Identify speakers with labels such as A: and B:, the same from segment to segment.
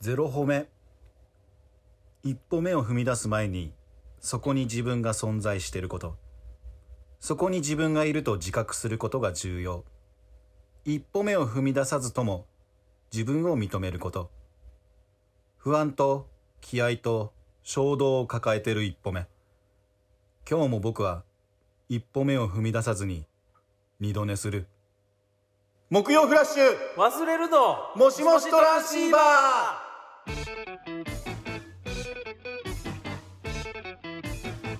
A: ゼロ歩目。一歩目を踏み出す前に、そこに自分が存在していること。そこに自分がいると自覚することが重要。一歩目を踏み出さずとも、自分を認めること。不安と気合と衝動を抱えている一歩目。今日も僕は、一歩目を踏み出さずに、二度寝する。木曜フラッシュ
B: 忘れるの
A: もしもしトランシーバ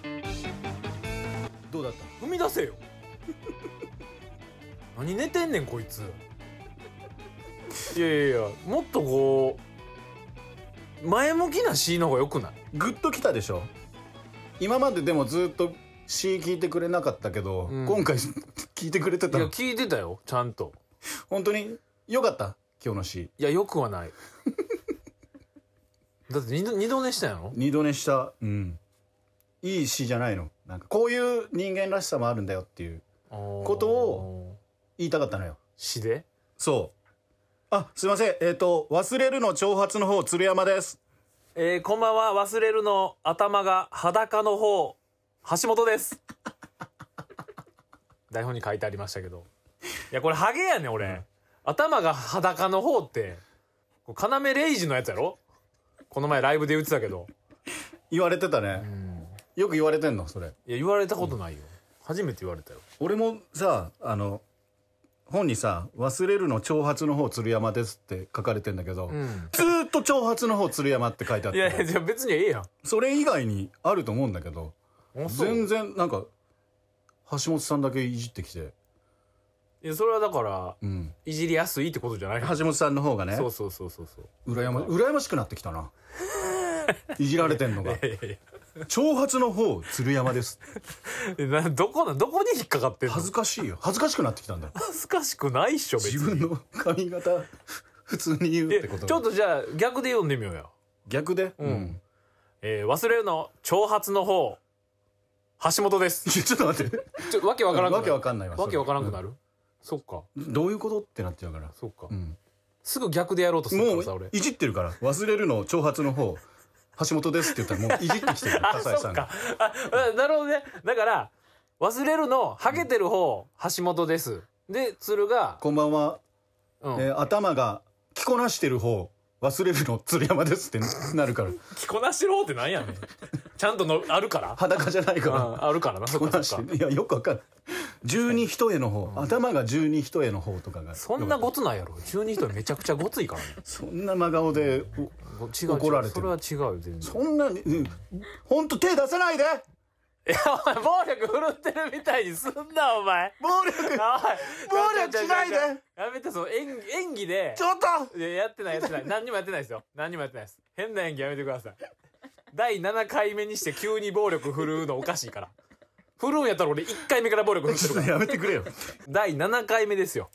A: ーどうだった
B: 踏み出せよ 何寝てんねんこいついやいやいやもっとこう前向きな C の方がよくない
A: グッときたでしょ今まででもずっと C 聞いてくれなかったけど、
B: うん
A: 今回 聞いてくれて
B: い
A: た
B: や
A: の
B: 聞いてたよちゃんと
A: 本当によかった今日の C
B: いやよくはない だって二度二度寝したんやろ
A: 二度寝したうんいい C じゃないのなんかこういう人間らしさもあるんだよっていうことを言いたかったのよ
B: 詩で
A: そうあすいませんえっ、と忘れるの挑発の方鶴山です
B: えー、こんばんは忘れるの頭が裸の方橋本です 台本に書いてありましたけどいやこれハゲやねん俺、頭が裸の方ってこれ要レイジのやつやろこの前ライブで言ってたけど、
A: 言われてた
B: う
A: ね、
B: ん、
A: よく言われてんのそれ
B: いや言われたことないよ、初めて言われたよ
A: 俺もさあの本にさ「忘れるの挑発の方鶴山です」って書かれてんだけど、
B: ん
A: ずーっと挑発の方鶴山って書いてあっ
B: いやいや
A: て
B: じゃあ別にええや
A: それ以外にあると思うんだけど
B: んあそう
A: 全然なんか橋本さんだけいじってきて、
B: いやそれはだから
A: うん、
B: いじりやすいってことじゃない
A: 橋本さんの方がね
B: そうそうそうそうそう
A: 羨ま羨ましくなってきた ないじられてんのが
B: いやいや
A: 「挑発の方鶴山です
B: いやなどこなどこに引っかかって」んの
A: 恥ずかしいよ恥ずかしくなってきたんだよ
B: 恥ずかしくないっしょ別に
A: 自分の髪型普通に言うっ
B: え
A: てこと
B: ちょっとじゃあ逆で読んでみようよ、
A: 逆で、
B: うんえー忘れるの挑発の方橋本です
A: いや ちょっと待って
B: ちょわけわからんくな
A: わ
B: る
A: けわかんないわ
B: わけわからんく
A: い、
B: なる、そっか
A: うんどういうことってなっちゃうから、
B: そっか、
A: うん
B: すぐ逆でやろうとするか
A: も
B: らさ
A: う
B: 俺
A: いじってるから忘れるの挑発の方橋本ですって言ったらもういじってきてる
B: あ
A: 笠井
B: そ
A: さ
B: っ
A: んが
B: かああなるほどねだから忘れるのハゲてる方、橋本ですで鶴が、
A: こんばんは、
B: うん
A: えー頭が着こなしてる方忘れるの鶴山ですってなるから
B: 着こなしてる方ってなんやねんちゃんとのあ るから
A: 裸じゃないから
B: ああるからな
A: 着
B: そ
A: こ
B: っか
A: な
B: そっ
A: し
B: か
A: ていやよくわかんない十二一重の方、頭が十二一重の方とかが
B: そんなごつないやろ中二人めちゃくちゃごついからね
A: そんな真顔でお
B: ご違う違う
A: 怒られて
B: そ
A: る
B: れは違うよ全然
A: そんなに、うん、ほんと手出さないで
B: いやお前暴力振るってるみたいにすんなお前
A: 暴力
B: 暴
A: 暴力しないで
B: やめてその演演技で
A: ちょっと
B: いややってないやってない何にもやってないですよ何にもやってないです変な演技やめてください第7回目にして急に暴力振るうのおかしいから振るうんやったら俺1回目から暴力振
A: ち
B: るって
A: ょっ
B: る
A: と
B: から
A: やめてくれよ。
B: 第7回目ですよ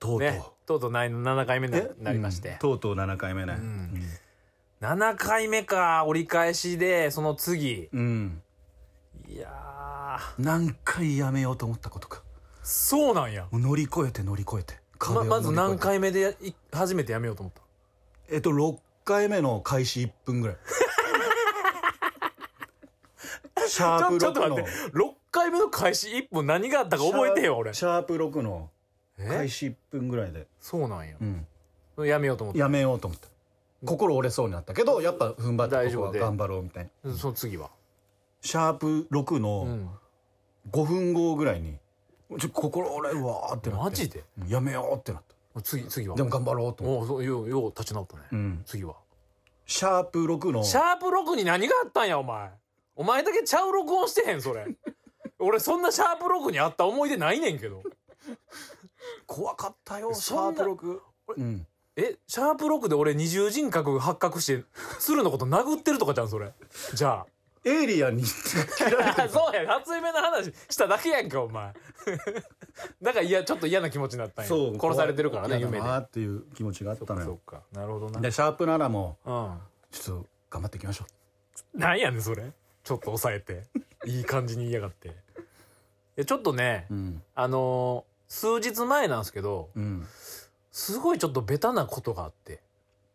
A: とうとう。
B: ねとうとうない7回目になりまして、
A: うんとうとう7回目ね。
B: 7回目か折り返しでその次
A: うん。
B: いやー
A: 何回やめようと思ったことか。
B: そうなんや
A: もう乗り越えて乗り越えて。壁を
B: ままず
A: 乗り
B: 何
A: 越えて
B: 回目でやい初めてやめようと思った
A: えっと、6回目の開始1分 ぐらい。シャープ
B: ちょちょっと
A: 6
B: 待
A: の
B: って。6回目の開始1分何があったか覚えてよ俺
A: シャープ6の開
B: え
A: 始1分ぐらいで。
B: そうなんや
A: う、ん。
B: やめようと思って
A: やめようと思った。心折れそうになったけど、やっぱ踏ん張っ
B: 大
A: て
B: 丈
A: ここ
B: 夫
A: は
B: で
A: 頑張ろうみたいな。
B: その次は
A: シャープ6
B: う
A: の
B: ん
A: 5分後ぐらいに、ちょ心折れるわーってなって。
B: マジで
A: うんやめようってなった。
B: 次次は
A: でも頑張ろうと思って。
B: おうそうようよう立ち直ったね、
A: うん。
B: 次は
A: シャープ6の
B: シャープ6に何があったんやお前お前だけちゃう録音してへんそれ 俺そんなシャープ6にあった思い出ないねんけど
A: 怖かったよシ
B: そ
A: ャー
B: んな
A: プ6うん
B: えシャープ6で俺二重人格発覚して鶴のこと殴ってるとかじゃんそれじゃあ
A: エイリアンに
B: あ そうや初夢の話しただけやんかお前 だからいやちょっと嫌な気持ちになったんや殺されてるからね夢で
A: あっていう気持ちがあっ
B: そったか
A: の
B: そ
A: よ
B: っかなるほどな
A: でシャープ7も
B: う
A: ちょっと頑張っていきましょ
B: んなんやねんそれちょっと抑 えていい感じに言いやがってでちょっとね、
A: ううん
B: あのー数日前なんですけど
A: うん
B: すごいちょっとベタなことがあって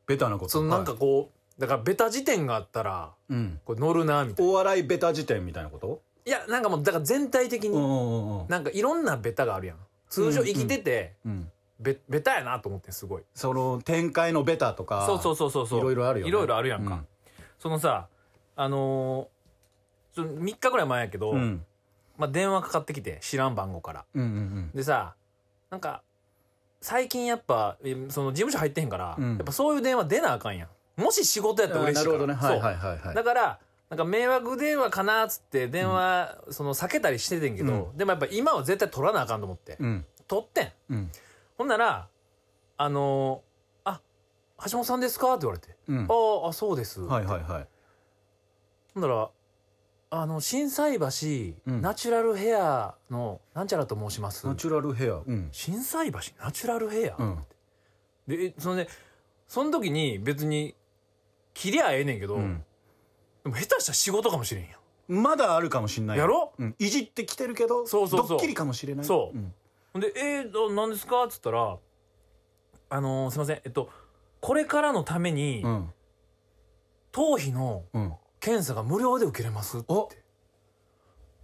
A: ベタなこと
B: そのなんか
A: はい
B: こう、だからベタ辞典があったら、
A: うん
B: これ乗るな、みたいな。
A: お笑いベタ辞典みたいなこと
B: いや、なんかもう、だから全体的
A: うん
B: に、
A: うんうんうん
B: なんかいろんなベタがあるやん。通
A: う
B: 常
A: ん
B: 生きてて、
A: うん
B: ベベタやなと思ってんすごい。
A: その展開のベタとか
B: そうそうそうそうそう。
A: いろいろあるよね
B: いろいろあるやんか。
A: うん
B: そのさ、あのーその3日ぐらい前やけど、
A: うん
B: まあ、電話かかってきて、知らん番号から。
A: うんうん
B: でさ、なんか、最近やっぱ、えその事務所入ってへんから、
A: うん
B: やっぱそういう電話出なあかんやん。もし仕事や
A: うん
B: ったら
A: あ
B: 嬉し
A: ない
B: か
A: る
B: ら。
A: ほどねはい
B: そう
A: はいはいはい
B: だから、なんか迷惑電話かなっつって電話、その避けたりしててんけど、でもやっぱ今は絶対取らなあかんと思って。
A: うん
B: 取ってん。
A: うん
B: ほんなら、あのーあ、橋本さんですかって言われて。
A: うん
B: ああ、あ、そうです。
A: はいはいはい
B: ほんなら、あの、心斎橋、
A: うん
B: ナチュラルヘアの、なんちゃらと申します
A: ナ。チュラルヘアうん
B: 心斎橋、ナチュラルヘア、
A: うん
B: で、えそのね、その時に別に、切りゃええねんけど、
A: うん
B: でも下手したら仕事かもしれんやん。
A: まだあるかもしんない
B: やろ
A: うんいじってきてるけど
B: そうそうそう
A: ドッキリかもしれない
B: そうんほんで、えー、何ですかっつったら、あのーすいません、えっと、これからのために、
A: うん
B: 頭皮の
A: うん
B: 検査が無料で受けれますって
A: お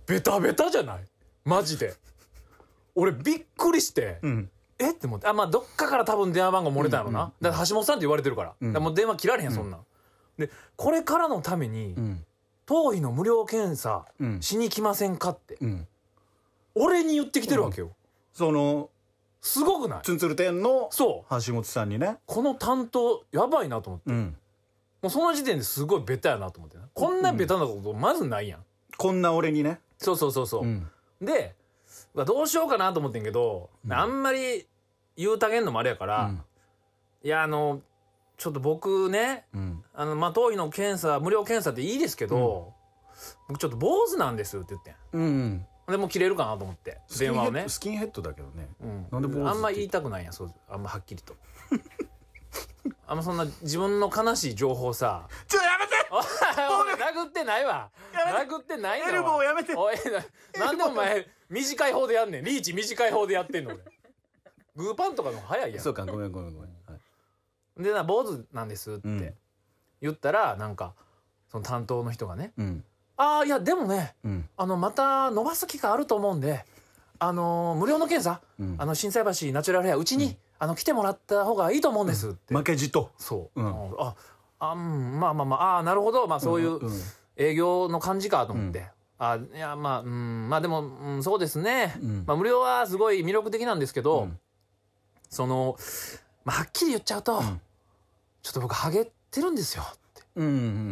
B: ベタベタじゃないマジで。俺びっくりして、
A: うん
B: えって思って。あ、まあどっかから多分電話番号漏れたんやろな。
A: うんうんうん
B: だから橋本さんって言われてるから。
A: うん
B: だからもう電話切られへん、そんなん。で、これからのために
A: う、ん
B: 頭皮の無料検査
A: うん
B: しに来ませんかって、
A: うん
B: 俺に言ってきてるわけよ。
A: その
B: すごくない
A: ツンツル店の
B: そう。
A: 橋本さんにね
B: この担当、やばいなと思って。
A: うん
B: もうその時点ですごいベタやなと思ってな。こんなベタなことまずないやん。
A: こんな俺にね
B: そうそうそうそう。
A: うん
B: で、うわどうしようかなと思ってんけど、
A: うん
B: あんまり言うたげんのもあれやから、いや、あの、ちょっと僕ね、
A: うん
B: あの、まあ、頭皮の検査、無料検査っていいですけど、僕ちょっと坊主なんですって言ってん。
A: うんうん
B: でもう切れるかなと思って、
A: スキン
B: 電
A: ヘ
B: 話を
A: ッ
B: ね
A: ド。スキンヘッドだけどね
B: うん、
A: なんで坊主って
B: あんま言いたくないやんそうあんまはっきりと あんまそんな自分の悲しい情報さ
A: ちょやめて
B: おいおい殴ってないわ殴ってないの
A: エルボーやめて
B: おいななんでお前短い方でやんねんリーチ短い方でやってんの俺グーパンとかの方が早いや
A: そうかごめんごめんごめんはい
B: んでな坊主なんですっ
A: うん
B: て言ったら、なんかその担当の人がね
A: うん
B: 「ああいやでもね
A: うん
B: あのまた伸ばす気があると思うんであのー無料の検査
A: うん
B: あの心斎橋ナチュラルヘアうちに、あの来てもらった方がいいと思うんですって、
A: 負けじと
B: そう、
A: うん
B: ああうんまあまあまああーなるほどまあそういうん営業の感じかと思って、
A: うん
B: あいやまあうんまあでも、うん、そうですね、
A: うん
B: まあ、無料はすごい魅力的なんですけど、
A: うん
B: その、まあ、はっきり言っちゃうと、
A: ん
B: ちょっと僕ハゲてるんですよって
A: うんう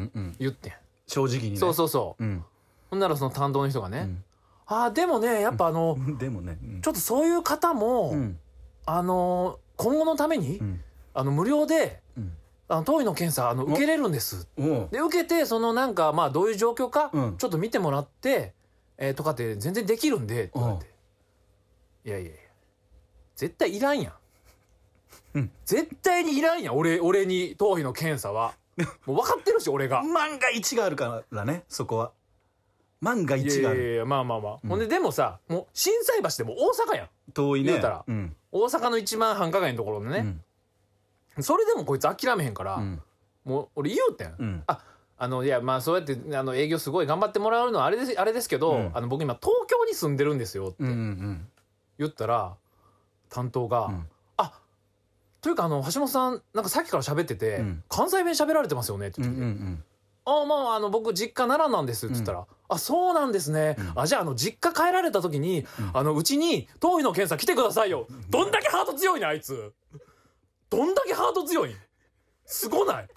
A: んうん
B: 言ってん、
A: 正直にね
B: そうそうそう
A: うん
B: ほんならその担当の人がね、
A: ん
B: ああでもねやっぱあの、
A: でもね
B: ちょっとそういう方も、
A: うん
B: あの今後のために、
A: うん
B: あの無料で
A: うん
B: あの頭皮の検査あの
A: お
B: 受けれるんです。
A: おう
B: で受けてそのなんかまあどういう状況か、
A: うん
B: ちょっと見てもらって、えーとかって全然できるんでって言われて「いやいやいや絶対いらんやん」
A: うん
B: 絶対にいらんやん俺俺に頭皮の検 査はもう分かってるし俺が。
A: 万が一があるからねそこは万が
B: いや
A: 一
B: い
A: があ
B: や
A: る
B: いやまあまあまあ、
A: うん
B: ほんででもさもう心斎橋でも大阪やん
A: 遠いね
B: 言うたら
A: うん
B: 大阪の一番繁華街のところの
A: う
B: ね、
A: ん
B: それでもこいつ諦めへんから、
A: うん
B: もう俺言うてん
A: うん
B: ああのいやまあそうやってあの営業すごい頑張ってもらうのはあれですあれですけど、
A: うん
B: あの僕今東京に住んでるんですよって
A: うんうん
B: 言ったら担当が「
A: うん
B: あというかあの橋本さんなんかさっきから喋ってて、
A: うん
B: 関西弁喋られてますよね」って
A: うんう
B: 言ってきて
A: ん
B: あまああの僕実家奈良なんです」って言ったら「あそうなんですね、
A: うん
B: あじゃああの実家帰られた時に、
A: うん
B: あのうちに頭皮の検査来てくださいよどんだけハート強いねあいつどんだけハート強いんすごない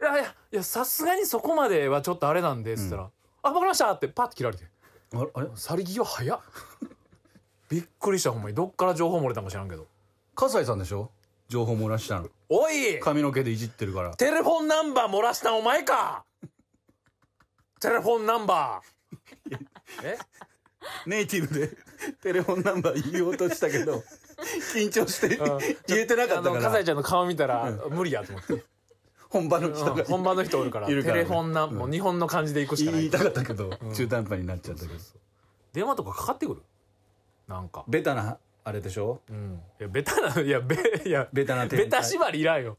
B: いやいやいやさすがにそこまではちょっとあれなんで」っつったら「あ分かりました」ってパッて切られて
A: うんあれあれ
B: 去り際早っ びっくりしたほんまにどっから情報漏れたんか知らんけど
A: 葛西さんでしょ情報漏らしたの
B: おい
A: 髪の毛でいじってるから
B: テレフォンナンバー漏らしたんお前かテレフォンナンバーえ
A: ネイティブで テレフォンナンバー言おうとしたけ ど緊張して
B: うん
A: 言えてなかった
B: あの
A: か
B: 笠井
A: ら
B: ちゃんの顔見たら無理やと思 って、
A: 本場の人
B: うん
A: が
B: 本場の人おるから
A: いるからね
B: テレフォンナンバー、もう日本の感じで行くしかな
A: 言
B: い
A: いたかったけど中途半端になっちゃったけど
B: 電話とかかかってくるなんか
A: ベタなあれでしょ
B: うんいやベタないやべいや
A: ベタな展開
B: ベタ縛りいらんよ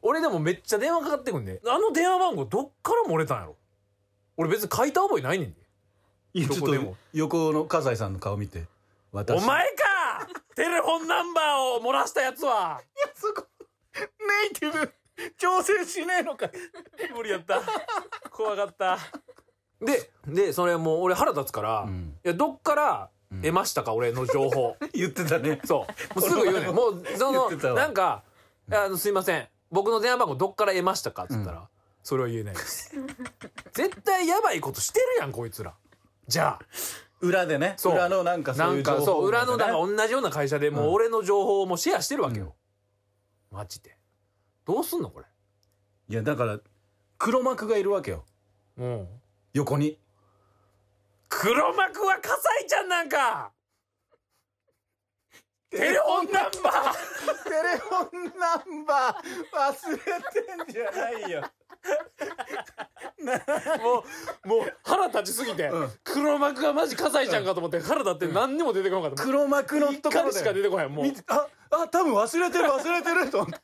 B: 俺でもめっちゃ電話かかってくんで、あの電話番号どっから漏れたんやろ俺別に書いた覚えないねんで。
A: いや
B: ど
A: ちょ
B: こで
A: っ
B: も
A: と横の葛西さんの顔見て私
B: お前かテレフォンナンバーを漏らしたやつは
C: そこ、ネイティブ、挑戦しねえのか。
B: 無理やった。怖かった。で、で、それもう俺腹立つから、
A: ん
B: いや、どっから得ましたか、俺の情 報。
A: 言ってたね
B: そう。もうすぐ言うねん。もう、そ
A: 言っ
B: の
A: てた、わ
B: なんか、あの、すいません。僕の電話番号どっから得ましたかって言ったら、それは言えないです。絶対やばいことしてるやん、こいつら。じゃ
A: 裏でね
B: そう
A: 裏のなんか
B: あ。な
A: そうい
B: ん
A: う情
B: か、
A: 報
B: そう、裏の、
A: が
B: だか
A: ね
B: ら同じような会社でもう俺の情報をもうシェアしてるわけよ。マジで。どうすんの、これ。
A: いやだから黒幕がいるわけよ
B: うん。
A: 横に
B: 黒幕は笠井ちゃんなんかテレフォンナンバー
C: テレフォンナンバー、忘れてんじゃないよ。
B: もう、もう腹立ちすぎて、
A: うん
B: 黒幕がマジ笠井ちゃんかと思って腹立って何にも出てこなかった。
A: 黒幕のとこ
B: 彼
A: ろで
B: しか出てこない、もう
A: 見。てああ多分忘れてる忘れてると思って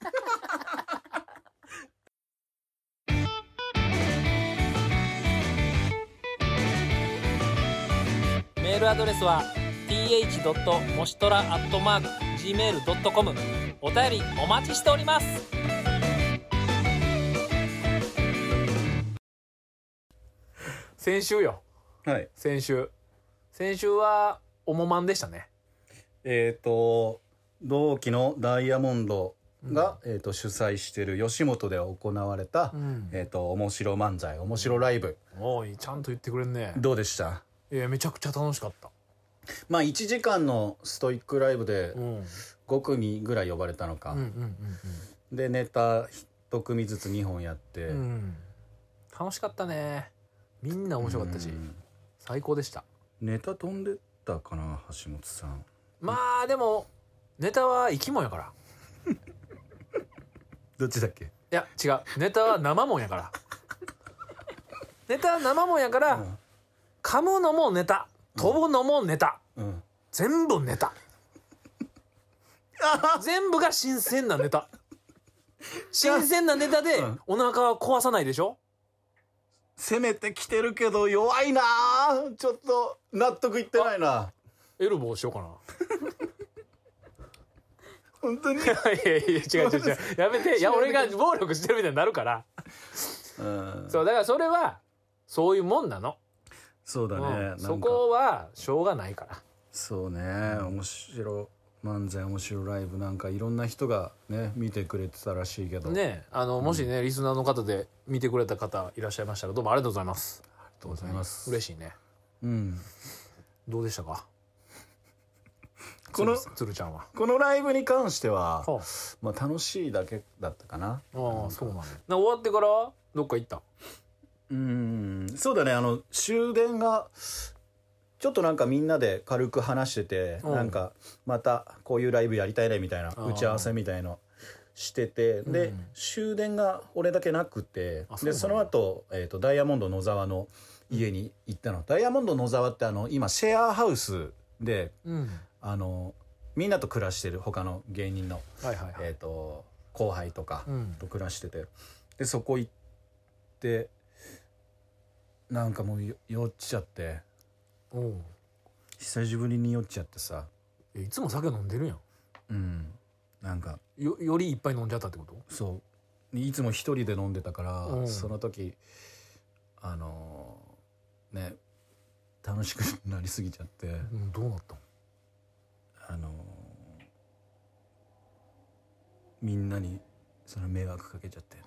D: メールアドレスは th. もしとら .gmail.com お便りお待ちしております
B: 先週よ、
A: はい
B: 先週。先週は、おもまんでしたね。
A: えっ、と同期のダイヤモンドが、えー、と主催してる吉本で行われた、
B: ん
A: えっ、と面白漫才面白ライブ、
B: おい、ちゃんと言ってくれんね。
A: どうでした
B: いや、めちゃくちゃ楽しかった。
A: まあ1時間のストイックライブで
B: うん。うん
A: 5組ぐらい呼ばれたのか、
B: うん
A: でネタ1組ずつ2本やって、
B: うんうん。うん。楽しかったね。みんな面白かったし
A: う、ん
B: 最高でした。
A: ネタ飛んでったかな橋本さん
B: まあ、でも、ネタは生き物やから。
A: どっちだっけ
B: いや違うネタは生もんやから ネタは生もんやから、
A: うん
B: 噛むのもネタ飛ぶのもネタ、
A: うん
B: 全部ネタ全部が新鮮な ネタ新鮮なネタで
A: うん
B: お腹は壊さないでしょ
A: 攻めてきてるけど弱いなあちょっと納得いってないな
B: エルボーしようかな
C: 本当に。
B: いやいや違う違う違う やめていや俺が暴力してるみたいになるから
A: うん
B: そうだからそれはそういうもんなの、
A: そうだね、
B: うん
A: なんか
B: そこはしょうがないから
A: そうね面白漫才面白ライブなんかいろんな人がね見てくれてたらしいけど、
B: ねあのもしね、リスナーの方で見てくれた方いらっしゃいましたらどうもありがとうございますありがとうご
A: ざいます
B: 嬉しいね
A: うん、
B: どうでしたか
A: この
B: つるつるちゃんは
A: このライブに関しては、
B: あ
A: まあ、楽しいだけだったかな
B: あそうなんだな終わってからどっか行った
A: うんそうだねあの終電がちょっとなんかみんなで軽く話してて、
B: うん
A: なんかまたこういうライブやりたいねみたいな
B: ー
A: 打ち合わせみたいのしててで、
B: うん
A: 終電が俺だけなくて
B: あそう
A: で
B: なんだ
A: その後、えー、とダイヤモンド野沢の家に行ったの、ダイヤモンド野沢ってあの今シェアハウスで
B: うん
A: あのみんなと暮らしてる他の芸人の、
B: はいはいはい
A: えー、と後輩とか
B: うん
A: と暮らしててでそこ行ってなんかもうよ酔っちゃって
B: おう
A: 久しぶりに酔っちゃってさ
B: えいつも酒飲んでるやん
A: うんなんか
B: よよりいっぱい飲んじゃったってこと
A: そういつも一人で飲んでたから、
B: うん
A: その時あのーね楽しくなりすぎちゃって
B: うんどうなったの
A: あのーみんなにその迷惑かけちゃってね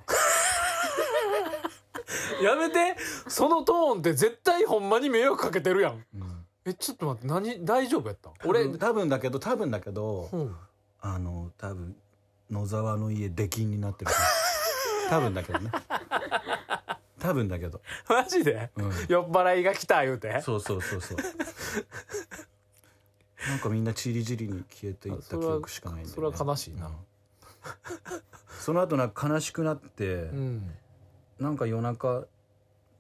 B: やめてそのトーンって絶対ほんまに迷惑かけてるやん
A: うん
B: えちょっと待って何大丈夫やったん俺
A: 俺多分だけど多分だけど
B: うん
A: あの多分野沢の家出禁になってる 多分だけどね多分だけど、
B: マジで
A: うん、
B: 酔っ払いが来た言うて
A: そうそうそうそうなんかみんなチリジリに消えていった記憶しかないんだよ、ね、
B: それは悲しいな
A: うんその後なんか悲しくなって、
B: うん
A: なんか夜中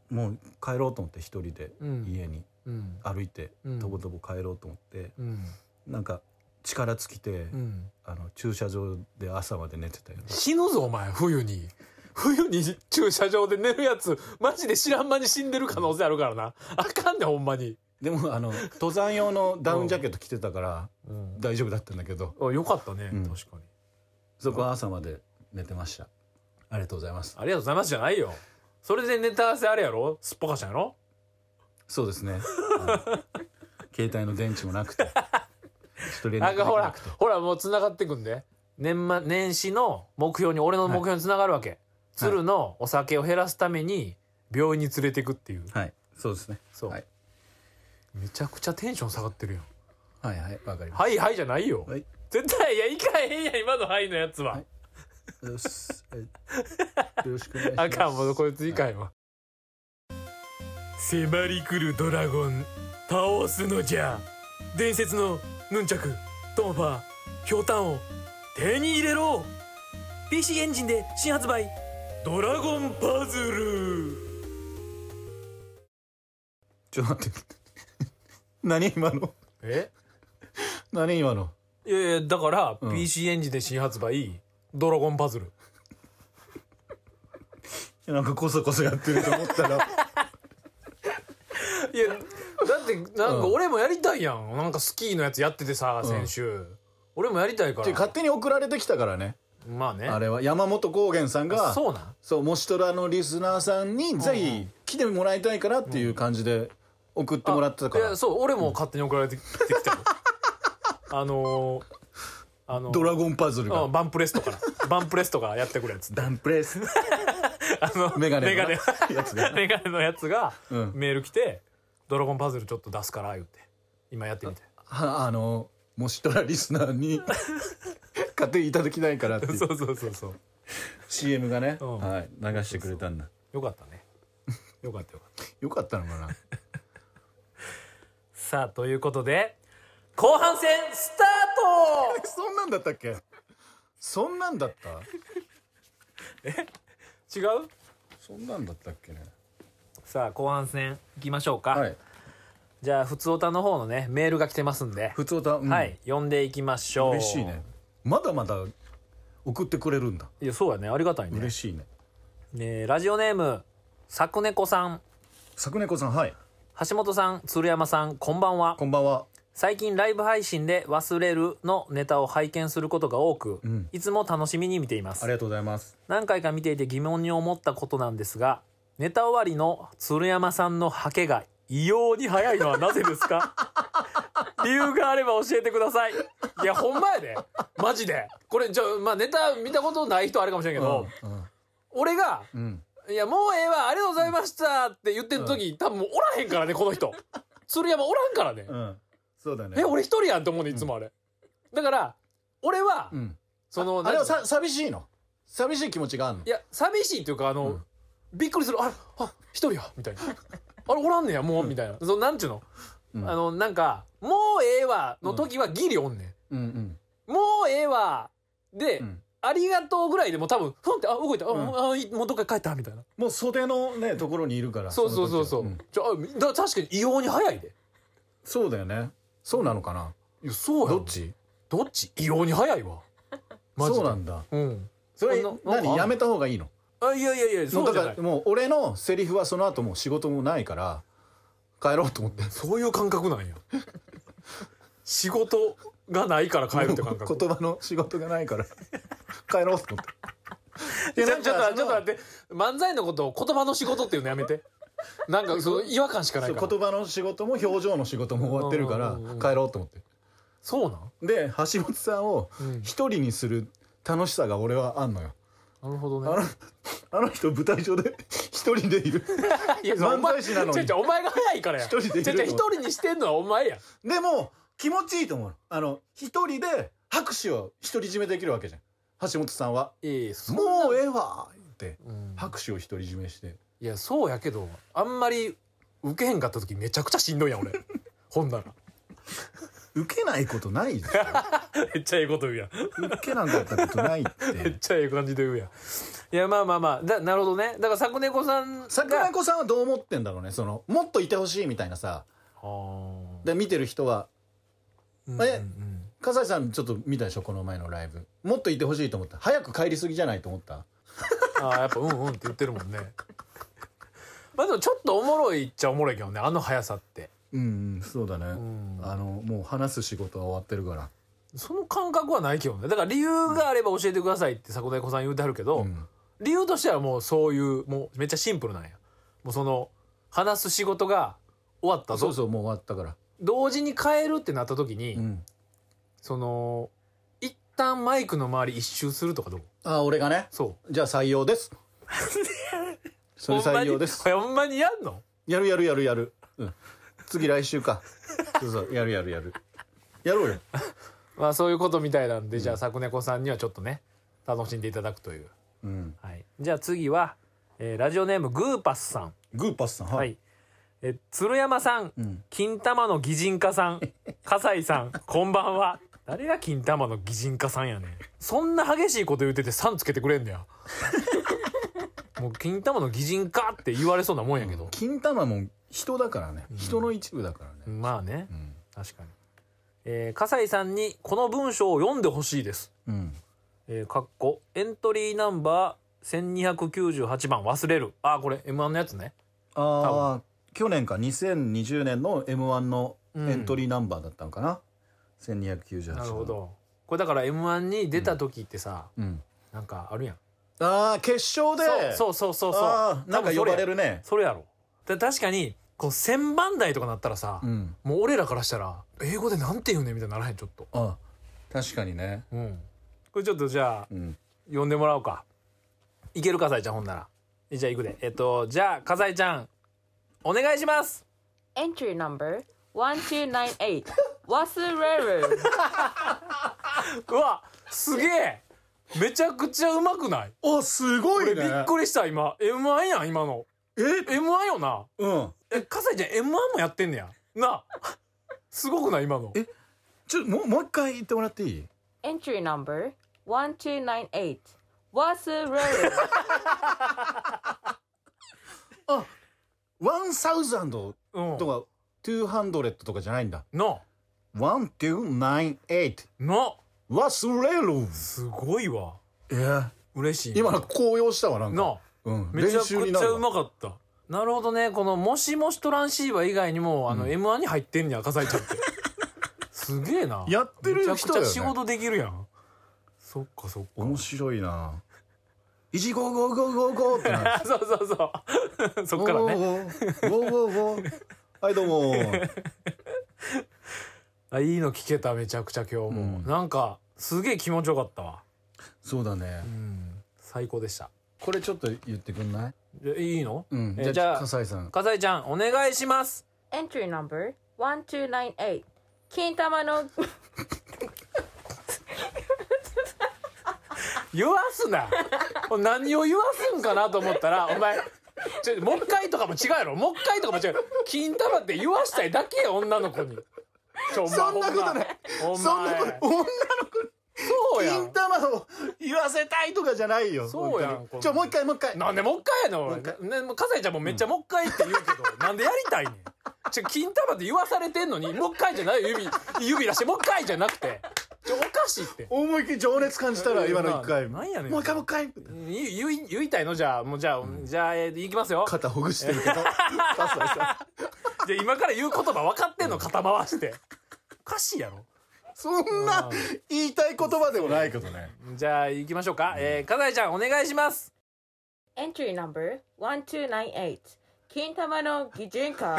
A: もう帰ろうと思って一人で
B: うん
A: 家に
B: うん
A: 歩いて
B: うん
A: とぼとぼ帰ろうと思って、
B: うん
A: なんか力尽きて、
B: うん
A: あの駐車場で朝まで寝てたよね
B: 死ぬぞお前冬に冬に駐車場で寝るやつマジで知らん間に死んでる可能性あるからなあかんねんほんまに、
A: でもあ の登山用のダウンジャケット着てたから
B: うん、
A: 大丈夫だったんだけど
B: あよかったね、
A: うん
B: 確かに
A: そこは朝まで寝てましたありがとうございます
B: ありがとうございますじゃないよそれでネタ合わせあれやろすっぽかしたんやろ
A: そうです ねあの携帯の電池もなくてちょっと連
B: な
A: 絡
B: ん
A: で
B: か
A: き
B: ほ
A: な
B: ら
A: くて、
B: ほらもう繋がってくんで。年末、年始の目標に、俺の目標に繋がるわけ。鶴のお酒を減らすために、病院に連れてくっていう。
A: はいそうですね
B: そう
A: はい、
B: めちゃくちゃテンション下がってるやん。
A: はいはいわかりま
B: はいはいじゃないよ。
A: はい
B: 絶対、いや、いかへんやん、今のはいのやつは。
A: はいす よしえよろしくお願いします
B: あかん、もうこいついかへんわ。迫り来るドラゴン、倒すのじゃ。伝説のヌンチャク、トンファー、ひょうたんを手に入れろ !PC エンジンで新発売、ドラゴンパズル
A: ちょっと待って 何今の
B: え
A: 何今の
B: いやいや、だから、
A: ん
B: PC エンジンで新発売、ドラゴンパズル。
A: なんかこそこそやってると思ったら
B: いや、だって、なんか俺もやりたいやん。なんかスキーのやつやっててさ、先週。俺もやりたいか
A: ちょ
B: ら。
A: 勝手に送られてきたからね
B: まあね。
A: あれは山本高原さんが
B: そうなん
A: そう、もしとらのリスナーさんに、ぜひ来てもらいたいからっていう感じで送ってもらってたか
B: い
A: ら
B: や。そう俺も勝手に送られてきてきたよ あのー、あの
A: ドラゴンパズル
B: う
A: が
B: ん。バンプレストからバンプレストからやってくれっつって
A: ダンプレス。
B: あ の
A: メガネの
B: メガネ
A: やつが
B: メガネのやつが
A: うん
B: メール来て「ドラゴンパズルちょっと出すから」言って今やってみて
A: はあの、もしとらリスナー に買っていただきたいからっていう
B: そうそうそうそう
A: CM がね、
B: うん
A: はい、流してくれたんだ。
B: よかったねよかったよかった
A: よかったのかな
B: さあということで後半戦スタート
A: そんなんだったっけそんなんだった
B: 違う
A: そんなんだったっけね。
B: さあ後半戦いきましょうか、
A: はい。
B: じゃあ普通歌の方のねメールが来てますんで、
A: 普通歌、うん
B: はい。読んでいきましょう
A: 嬉しいね。まだまだ送ってくれるんだ。
B: いやそうやねありがたいね
A: 嬉しいね。
B: ねえラジオネームさくねこさん
A: 昨年子さん、はい。
B: 橋本さん鶴山さんこんばんは
A: こんばんは。
B: 最近ライブ配信で「忘れる」のネタを拝見することが多く、
A: ん
B: いつも楽しみに見ていま
A: あ
B: す
A: りがとうございます。
B: 何回か見ていて疑問に思ったことなんですがネタ終わりの鶴山さんのハケが異様に早いのはなぜです か理由があれば教えてくださいいやほんまやでマジでこれちょまあネタ見たことない人あれかもしれんけど、俺が
A: うん。うん
B: いや、もうええわ、ありがとうございましたって言ってる時、多分もうおらへんからね、こ の人。鶴山おらんからね。
A: うん。そうだね。
B: え、俺一人やんって思うね、いつもあれ。だから、俺は、
A: うん。
B: その、
A: あれ
B: なん
A: は
B: ていうの
A: さ、寂しいの寂しい気持ちがあるの
B: いや、寂しいっていうか、あの、びっくりする、あれ、あ、一人や、みた いな。あれ、おらんねや、もう、みたいな。その、なんちゅうの、
A: うん
B: あの、なんか、もうええわの時はギリおんね
A: うんうん。
B: ん。もうええわで、
A: うん
B: ありがとうぐらいでもう多分、ふんって、あ、動いた、あ、
A: うん
B: もうあいもうどっか帰った、みたいな。
A: もう袖のね、ところにいるから。
B: そうそうそうそう。
A: の時はん
B: じゃあ、みだ確かに異様に早いで。
A: そうだよね。そうなのかない
B: や、そうや
A: ど
B: ろ
A: っち
B: どっち異様に早いわ。マジで
A: そうなんだ。
B: うん。
A: それ
B: そん、ななんかあんの
A: 何やめた方がいいの
B: あ、いやいやいや、
A: も
B: そう
A: う
B: じゃ
A: だ
B: ない
A: から、。もう俺のセリフはその後もう仕事もないから、帰ろうと思って。
B: そういう感覚なんや。仕事がないから帰るって 感覚。
A: 言葉の仕事がないから、帰ろうと思って。
B: ちょ
A: い
B: ちょ
A: やな
B: っと、
A: ん
B: ちょ
A: か
B: っと待って。漫才のことを言葉の仕事っていうのやめ て。なんか、その違和感しかな
A: そ
B: いうから。
A: 言葉の仕事も表情の仕事も終わってるから
B: うんうんうんうん
A: 帰ろうと思って
B: そうなん
A: で橋本さんを
B: うん
A: 一人にする楽しさが俺はあんのよ
B: なるほど
A: あの
B: ね。
A: あの人舞台上で 一人でいる
B: いや、そうお前
A: 漫才師なのに
B: ちょちょお前が早いからや。
A: 一人でいる
B: ちょちょ一人にしてんのはお前や。
A: でも気持ちいいと思うのあの一人で拍手を独り占めできるわけじゃん橋本さんはい
B: やい
A: 「
B: や、そ
A: もうええわ!」って
B: うん
A: 拍手を独り占めして
B: いや、そうやけど、あんまり受けへんかった時めちゃくちゃしんどいやん、俺。ほんなら。
A: 受けないことないです
B: めっちゃええこと言うやん。
A: 受けなんかやったことないっ
B: めってちゃええ感じで言うやん。いや、まあまあまあ、だなるほどね。だから、昨年子さんが。
A: 桜井子さんはどう思ってんだろうねそのもっといてほしいみたいなさ
B: あー
A: で見てる人は
B: うんうんうん
A: え笠井さんちょっと見たでしょこの前のライブもっといてほしいと思った早く帰りすぎじゃないと思った
B: ああやっぱうんうんって言ってるもんね まあでもちょっとおもろいっちゃおもろいけどねあの速さって
A: うんうんそうだね、
B: ん
A: あのもう話す仕事は終わってるから
B: その感覚はないけどねだから理由があれば教えてくださいって迫田子さん言うてはるけど、
A: うん
B: 理由としてはもうそういうもうめっちゃシンプルなんやもうその話す仕事が終わったぞ
A: そうそうもう終わったから
B: 同時に変えるってなった時に、
A: うん
B: その一旦マイクの周り一周するとかどう
A: あ俺がね
B: そ
A: じゃあ採用です
B: う
A: それ採用です
B: ほんまにほんまにやんの
A: やるやるやるやる、うん、次来週かそうそうやるやるやるやろうよ
B: まあそういうことみたいなんで、じゃあ作猫さんにはちょっとね楽しんでいただくという、
A: うん
B: はい、じゃあ次は、えーラジオネームグーパスさん
A: グーパスさん
B: はい、え鶴山さん、
A: ん
B: 金玉の擬人化 さん笠井さんこんばんは誰が金玉の擬人化さんやねんそんな激しいこと言うてて「さん」つけてくれん ねやもう金玉の擬人化って言われそうなもんやけど、
A: 金玉も人だからね、人の一部だからね、
B: まあね、
A: ん
B: 確かに、えー、笠井さんにこの文章を読んでほしいです
A: うん、
B: えー、かっこエントリーナンバー1298番忘れるあーこれ M1 のやつね
A: ああ去年か2020年の m 1のエントリーナンバーだったのかな、1298
B: なるほどこれだから M1 に出た時ってさ、
A: うん
B: なんかあるやん
A: ああ決勝で
B: そううそうそうそう
A: あ
B: そ
A: あ
B: う
A: なんか呼ばれ
B: る
A: るね
B: それやろで確かにこう1000番台とかなったらさ、
A: うん
B: もう俺らからしたら英語でなんて言うねんみたいにならへんちょっと
A: ああ確かにね
B: うんこれちょっとじゃあ
A: うん
B: 呼んでもらおうかいける笠井ちゃんほんならじゃあ行くでえっとじゃあ笠井ちゃんお願いします
E: Entry number 1298. Wasureru.
B: うわすげえめちゃくちゃうまくない
A: あすご
B: 俺びっくりした今 M1 やん今の
A: え
B: M1 よな
A: うん
B: え笠井ちゃん M1 もやってんねやなあすごくない今の
A: えちょもうもう一回言ってもらっていい
E: Entry number 1298. Wasureru.
A: 1000
B: うん
A: とか200とかじゃないんだ
B: な
A: 1298
B: な
A: 忘れる
B: すごいわ
A: えー、
B: 嬉しい
A: 今の高揚したわなんか
B: な
A: うん
B: めちゃくちゃう
A: わ
B: まかったなるほどねこの「もしもしトランシーバー」以外にもあの M1 に入ってんねや笠井ちゃんって すげえな
A: やってる人だよね
B: めちゃくちゃ仕事できるやんそっかそっ か
A: 面白いな「1ゴーゴーゴーゴーゴー」ってなる
B: そうそうそう そっからね
A: ゴーゴーゴーゴーゴーはいどうも
B: あいいの聞けためちゃくちゃ今日も、
A: うん
B: なんかすげえ気持ちよかったわ
A: そうだね
B: うん最高でした
A: これちょっと言ってくんない
B: じゃいいの、
A: うん
B: え
A: じゃあ
B: じゃ
A: 笠井さん
B: あ笠井ちゃんお願いします
E: Entry number 1298. Kintama no
B: 言わすな何を言わすんかなと思ったらお前ちょもう一回とかも違うやろもう一回とかも違う金玉って言わしたいだけや女の子にちょお前
C: そんなことない
B: ほんまお
C: そ
B: 前
C: んなこと女の
B: そう
C: 子
B: や
C: に金
B: ん
C: 玉を言わせたいとかじゃないよ
B: そうやん
C: 本当に
B: こ
C: ちょ
B: んな
C: もう一回もう一回
B: なんでもう一回やのね、もう笠井ちゃんもめっちゃもう一回って言うけど、なんでやりたいねん。ちょ、金玉って言わされてんのに、もう一回じゃないよ指、指出して、もう一回じゃなくて。ちょ、おかしいって。
C: 思いっきり情熱感じたら今の一回
B: な
C: も
B: なんやねん。
C: う一回もう一回
B: 言い言い言いたいのじゃあ、もうじゃあ、じゃあ、えーいきますよ。
A: 肩ほぐしてる けど笠井さん
B: じゃあ今から言う言葉分かってんの肩回して。おかしいやろ。
C: そんな言いたい言葉でもないけどね
B: じゃあ、行きましょうか。えー、笠井ちゃん、お願いします。
E: Entry number 1298. Kintama no Gijinka.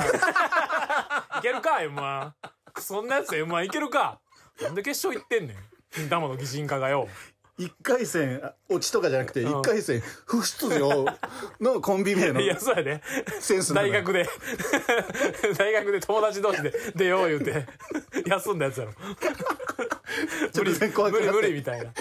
B: いけるか、M1。そんなやつ M1 いけるか。なんで決勝行ってんねん。金玉の擬人化がよ。
A: 一回戦あ落ちとかじゃなくて
B: うん
A: 一回戦不出場のコンビ名の
B: いや、そうやで、
A: センスの
B: 大学で大学で友達同士で出よう言うて休んだやつやろ無理
A: 全 然怖く
B: 無
A: なって
B: 理無理みたいな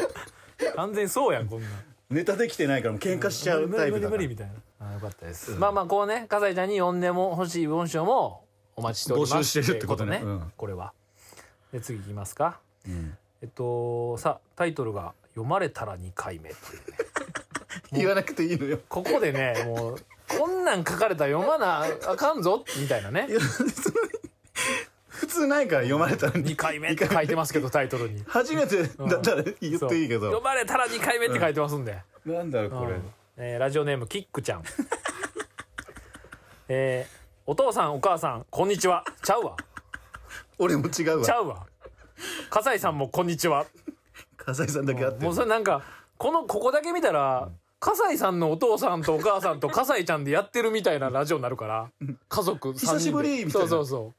B: 完全にそうやんこんなん
A: ネタできてないからもう喧嘩しちゃう
B: 無
A: タ
B: 理
A: イ
B: 無
A: プ
B: 理
A: だ
B: 無
A: から
B: 理みたいなあよかったです、まあまあこうね笠井ちゃんに呼んでも欲しい文章もお待ちしております
A: 募集してるってことね
B: いう
A: うん
B: これはで次いきますか
A: うん
B: えっとさあタイトルが「読まれたら2回目」というね
A: 言わなくていいのよ
B: ここでねもうこんなん書かれたら読まなあかんぞみたいなね
A: いやそれ普通ないから読まれたら
B: 2回目って書いてますけどタイトルに
A: 初めてだったら言っていいけ
B: 読
A: ど
B: まれたら2回目って書いてますんで、
A: なんだろうこれ
B: うんえーラジオネームキックちゃ んえーお父さんお母さんこんにちはちゃうわ
A: 俺も違う
B: ち
A: わ
B: ゃうわ笠井さんもこんにちは
A: 笠井さんだけあって
B: もうそれなんかこのここだけ見たら笠井さんのお父さんとお母さんと笠井ちゃんでやってるみたいなラジオになるから家族三人で
A: 久しぶりみたいな
B: そうそう そ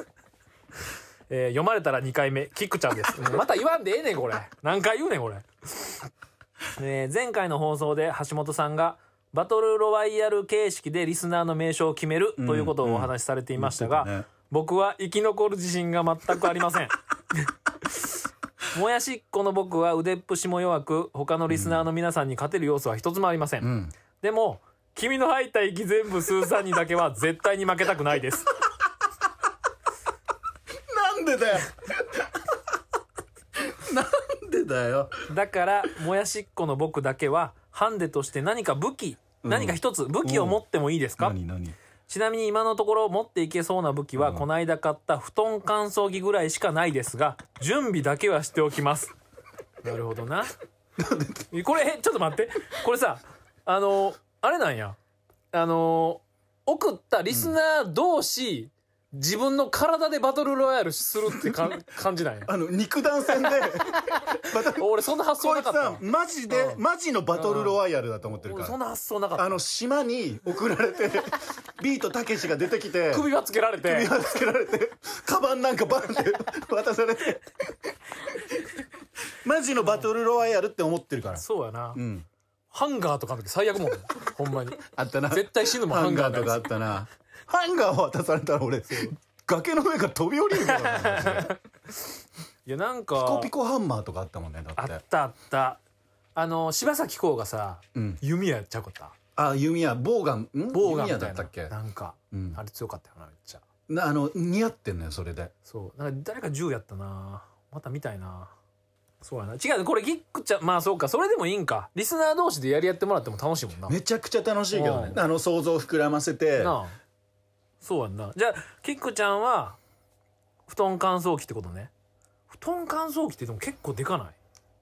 B: う、えー読まれたら2回目キックちゃんですまた言わんでええねんこれ何回言うねんこれ、えー前回の放送で橋本さんがバトルロワイヤル形式でリスナーの名称を決めるということをお話しされていましたが、
A: うんうん
B: 僕は生き残る自信が全くありませ んもやしっこの僕は腕っぷしも弱く他のリスナーの皆さんに勝てる要素は一つもありません、
A: ん
B: でも君の吐いた息全部スーさんにだけは絶対に負けたくない です
A: なんでだよなんでだよ
B: だからもやしっこの僕だけはハンデとして何か武器、
A: ん
B: 何か一つ武器を持ってもいいですか、
A: 何何
B: ちなみに今のところ持っていけそうな武器はこの間買った布団乾燥機ぐらいしかないですが準備だけはしておきますなるほどな これえちょっと待ってこれさあのあれなんやあの送ったリスナー同士、自分の体でバトルロイヤルするってか感じなんや
A: あの肉弾戦でまた
B: 俺そんな発
A: こ
B: 想
A: い
B: な
A: つ
B: かっ
A: さ
B: た
A: マジでマジのバトルロワイヤルだと思ってるか
B: 俺
A: ら
B: そんな発想なかった
A: あの島に送られ てビートたけしが出てきて
B: 首輪つけられて
A: 首輪つけられてカバンなんかバンって渡されてマジのバトルロワイヤルって思ってるから
B: そうやな、
A: うん
B: ハンガーとかの時最悪もんほんまに
A: あったな
B: 絶対死ぬもん
A: ハ
B: ハ
A: ン
B: ンガ
A: ガ
B: ー
A: ー
B: と
A: と
B: か
A: かあったなハンガーを渡されたら俺崖の上から飛び降りるからなマジで
B: いやなんか
A: ピコピコハンマーとかあったもんねだ
B: あ
A: って
B: ったあったあの柴咲コウがさ、
A: うん
B: 弓矢ちゃうかった
A: あ弓矢ボウガンん
B: ボウガ
A: 弓
B: ンみ
A: 矢
B: た
A: だ
B: い
A: っ
B: な
A: たっけ
B: なんか、
A: うん
B: あれ強かったよなめっちゃ
A: なあの似合ってんのよそれで
B: そうなんか誰か銃やったなまた見たいなそうやな違うこれギックちゃんまあそうかそれでもいいんかリスナー同士でやり合ってもらっても楽しいもんな
A: めちゃくちゃ楽しいけどね
B: うん
A: あの想像を膨らませて
B: なあそうやんなじゃあキックちゃんは布団乾燥機ってことね布団乾燥機ってでも結構でかない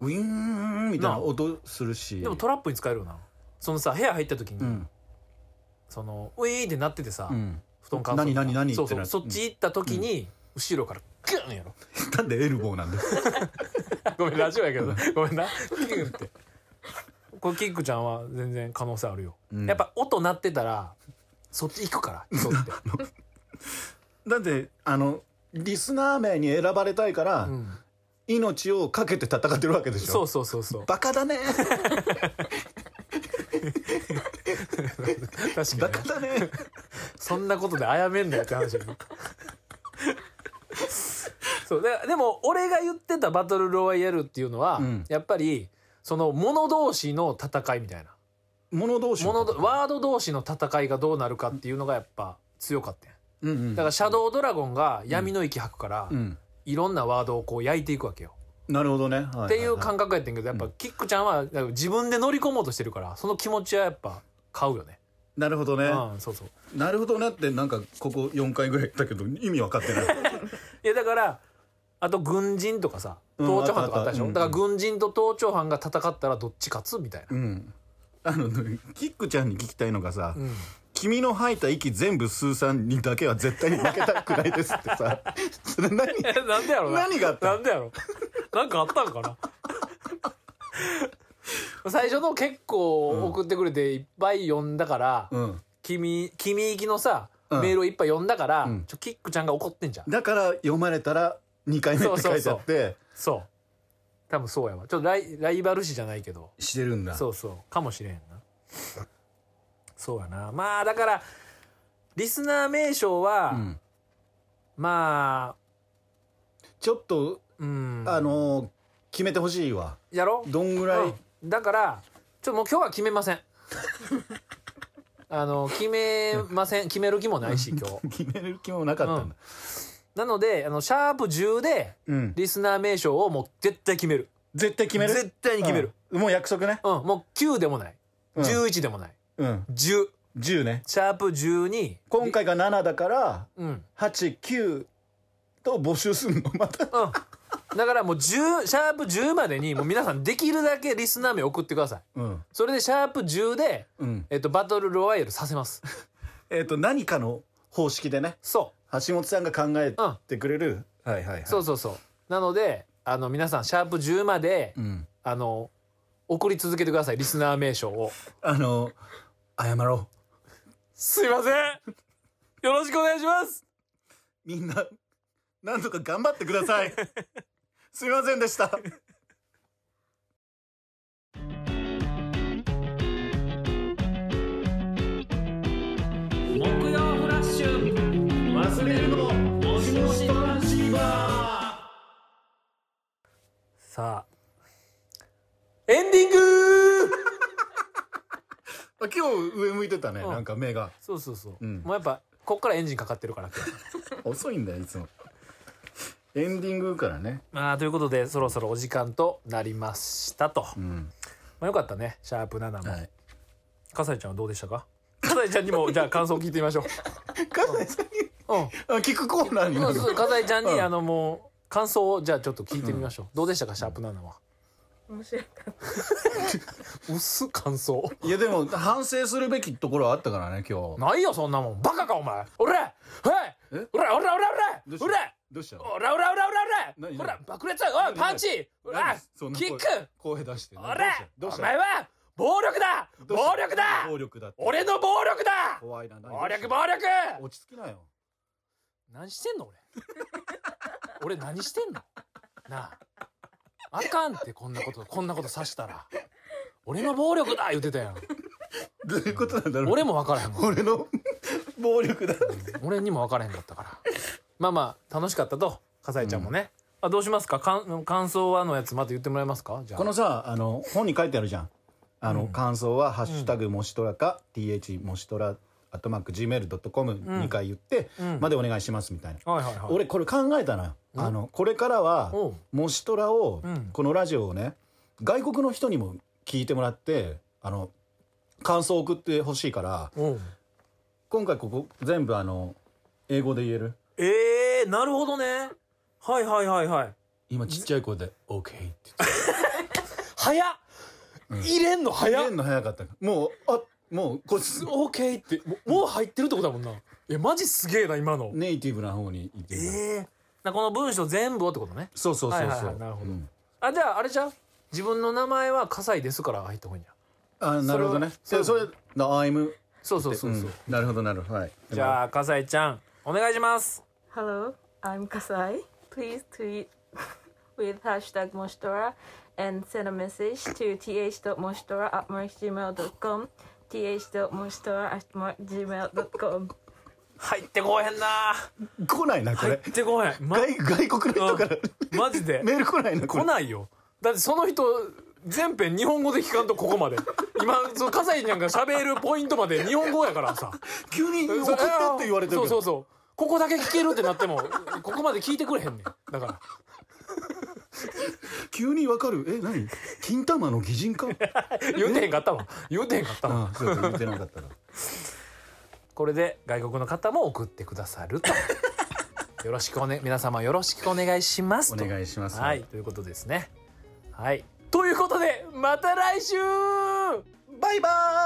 A: ウィーンみたい
B: な
A: な音するし
B: でもトラップに使えるよなそのさ部屋入った時に、
A: うん
B: そのウィーンってなっててさ、
A: うん
B: 布団乾燥機
A: 何何何
B: そうそ
A: ってな
B: う
A: る
B: そっち行った時に、後ろからグーンやろ
A: なんでエルボーなんだよ
B: ごめんラジオやけどごめんなグーンってこれキックちゃんは全然可能性あるよ、
A: うん
B: やっぱ音鳴ってたらそっち行くから人って、
A: だってあのリスナー名に選ばれたいから、
B: うん、
A: 命をかけて戦ってるわけでしょ
B: そうそうそうそう
A: バカだ ね
B: 確か
A: バ
B: に
A: カだね
B: そんなことであめんなよって話 やなそうででも俺が言ってたバトルロワイヤルっていうのは、
A: うん
B: やっぱりその者同士の戦いみたいな
A: 物同士
B: ものどワード同士の戦いがどうなるかっていうのがやっぱ強かったんや
A: うんうん
B: だからシャドウドラゴンが闇の息吐くから、
A: うん
B: いろんなワードをこう焼いていくわけよ、
A: なるほどね、ははは
B: っていう感覚やってんけどやっぱキックちゃんはだから自分で乗り込もうとしてるからその気持ちはやっぱ買うよね、
A: なるほどね、
B: うんそうそう
A: なるほどねってなんかここ4回ぐらい言ったけど意味分かってない
B: いやだからあと軍人とかさ
A: うん
B: 盗聴犯とかあったでしょ、
A: あった
B: だ
A: あ
B: か
A: っ
B: ら
A: た
B: 軍人と盗聴犯が戦ったらどっち勝つみたいな、
A: うんあのキックちゃんに聞きたいのがさ、
B: うん
A: 君の吐いた息全部スーさんにだけは絶対に負けたくないですってさ それ何
B: え なんでやろな
A: 何があった
B: なんでやろなんかあったんかな 最初の結構送ってくれていっぱい読んだから、
A: うん
B: 君君行きのさ、
A: うん
B: メールをいっぱい読んだから、
A: うん
B: ちょキックちゃんが怒ってんじゃん
A: だから読まれたら2回目って書いてあって
B: そう多分そうやわちょっとライライバル視じゃないけど
A: してるんだ
B: そうそうかもしれへんなそうやなまあだからリスナー名称は、
A: うん
B: まあ
A: ちょっと
B: うん
A: あのー決めてほしいわ
B: やろ
A: どんぐらい、
B: うんだからちょっともう今日は決めませんあの決めません決める気もな いし今日
A: 決める気もなかったんだ
B: なのであのシャープ10で
A: うん、
B: リスナー名称をもう絶対決める
A: 絶対決める
B: 絶対に決める、
A: うんもう約束ね
B: うんもう9でもない
A: うん
B: 11でもない
A: うん
B: 10
A: 10ね
B: シャープ10に
A: 今回が7だから
B: うん
A: 89と募集すんのまた
B: うん。だからもう10、シャープ10までに、もう皆さんできるだけリスナー名送ってください。
A: うん
B: それでシャープ10で、
A: うん
B: えっと、バトルロワイヤルさせます。
A: えっ、と何かの方式でね
B: そ。
A: 橋本さんが考えてくれる、はいはいはいう
B: そうそうそう。なので、あの、皆さん、シャープ10まで、
A: うん
B: あの、送り続けてください、リスナー名称を。
A: あの謝ろう
B: すいませんよろしくお願いします
A: みんななんとか頑張ってくださ いすみませんでした
D: 木曜フラッシュ
A: 忘れるのもしもしトランシーバ
B: さあ、エンディング
A: ー今日上向いてたね、
B: うん
A: なんか目が
B: そうそうそう。
A: うん
B: もうやっぱ、こっからエンジンかかってるから。今日
A: 遅いんだよいつもエンディングからね
B: まあ、ということで、そろそろお時間となりましたと。
A: うん
B: まあ、よかったね、シャープ7も。
A: はい
B: 笠井ちゃんはどうでしたか笠井ちゃんにも、じゃあ感想を聞いてみ ましょう。
A: 笠井さんに
B: うん。
A: あ聞くコーナーにな
B: そう
A: る
B: そう笠井ちゃんに、
A: うん
B: あのもう感想をじゃあちょっと聞いてみましょう、どうでしたかシャープ7は
E: 面白かった。
B: 薄感想
A: いやでも反省するべきところはあったからね今日
B: ないよそんなもんバカかお前おらおい
A: え
B: おらおらおらお
A: どうした
B: らおら
A: どうした
B: おらおらおらおらおら
A: 何
B: ほら
A: 何
B: 爆裂おいパンチおら
A: 何そんな
B: キ
A: 声
B: ック
A: 声出して
B: お
A: ね
B: ら
A: どうし
B: お
A: た
B: 前は暴力だ
A: どうした
B: 暴力だ
A: 暴力だって
B: 俺の暴力だ
A: 怖いな何
B: 暴力暴力
A: 落ち着きなよ
B: 何してんの 俺俺何してんのなああかんってこんなことこんなことさしたら俺の暴力だ言ってたやん
A: どういうことなんだろう
B: 俺も分からへんもん
A: 俺の 暴力だ
B: 俺にも分からへんかったからまあまあ楽しかったと笠井ちゃんもね、あどうしますかかん感想はのやつまた言ってもらえますかじゃあ
A: このさあの本に書いてあるじゃんあの、感想は「ハッシュタグもしとら」か「th もしとら」アットマーク gmail.com2 回言って、までお願いしますみたいな、
B: はいはいはい
A: 俺これ考えたのよ、あのこれからは
B: おう
A: もしとらを、
B: ん
A: このラジオをね外国の人にも聞いてもらってあの感想を送ってほしいから
B: うん
A: 今回ここ全部あの英語で言える
B: えー、なるほどねはいはいはいはい
A: 今ちっちゃい声で「OK」って言って
B: 早っ入れんの
A: 入
B: 早
A: れ
B: っ
A: んの早かったからもうあもうこっち
B: オーケーってもうもう入ってるってことだもんなえマジすげえな今の
A: ネイティブな方に行ってるから
B: ええこの文章全部をってことね
A: そうそうそうそう、
B: はいはいはいなるほど
A: うん
B: あじゃああれじゃう自分の名前は葛西ですから入った方がいいんや
A: あなるほどね
B: それ
A: そ
B: は
A: れそれ「No, I'm
B: そうそうそうそう、」
A: なるほどなるほどはい
B: じゃあ葛西ちゃんお願いします
E: Hello, I'm Kasai. Please tweet with hashtag Moshtora and send a message to th.moshtora at gmail.com th.moshtora at gmail.com
B: 入ってこうへんな
A: 来ないなこ
B: 入っ
A: れ
B: てこうへん、ま、
A: 外外国の人から
B: うんマジで
A: メール来ないなこ
B: 来
A: れ
B: ないよだってその人全編日本語で聞かんとここまで今その葛西ちゃんが喋るポイントまで日本語やからさ
A: 急に 送ってって言われてる
B: そう
A: け
B: そ
A: ど
B: うそうここだけ聞けるってなってもここまで聞いてくれへんねんだから
A: 急にわかるえ何 金玉の擬人 化
B: 言うてへんかったわ言うてへんかったわ
A: あそうか言ってなかったら
B: これで外国の方も送ってくださるとよろしくおね皆様よろしくお願いします
A: お
B: と
A: 願いします
B: はいということですねはいということでまた来週
A: バイバーイ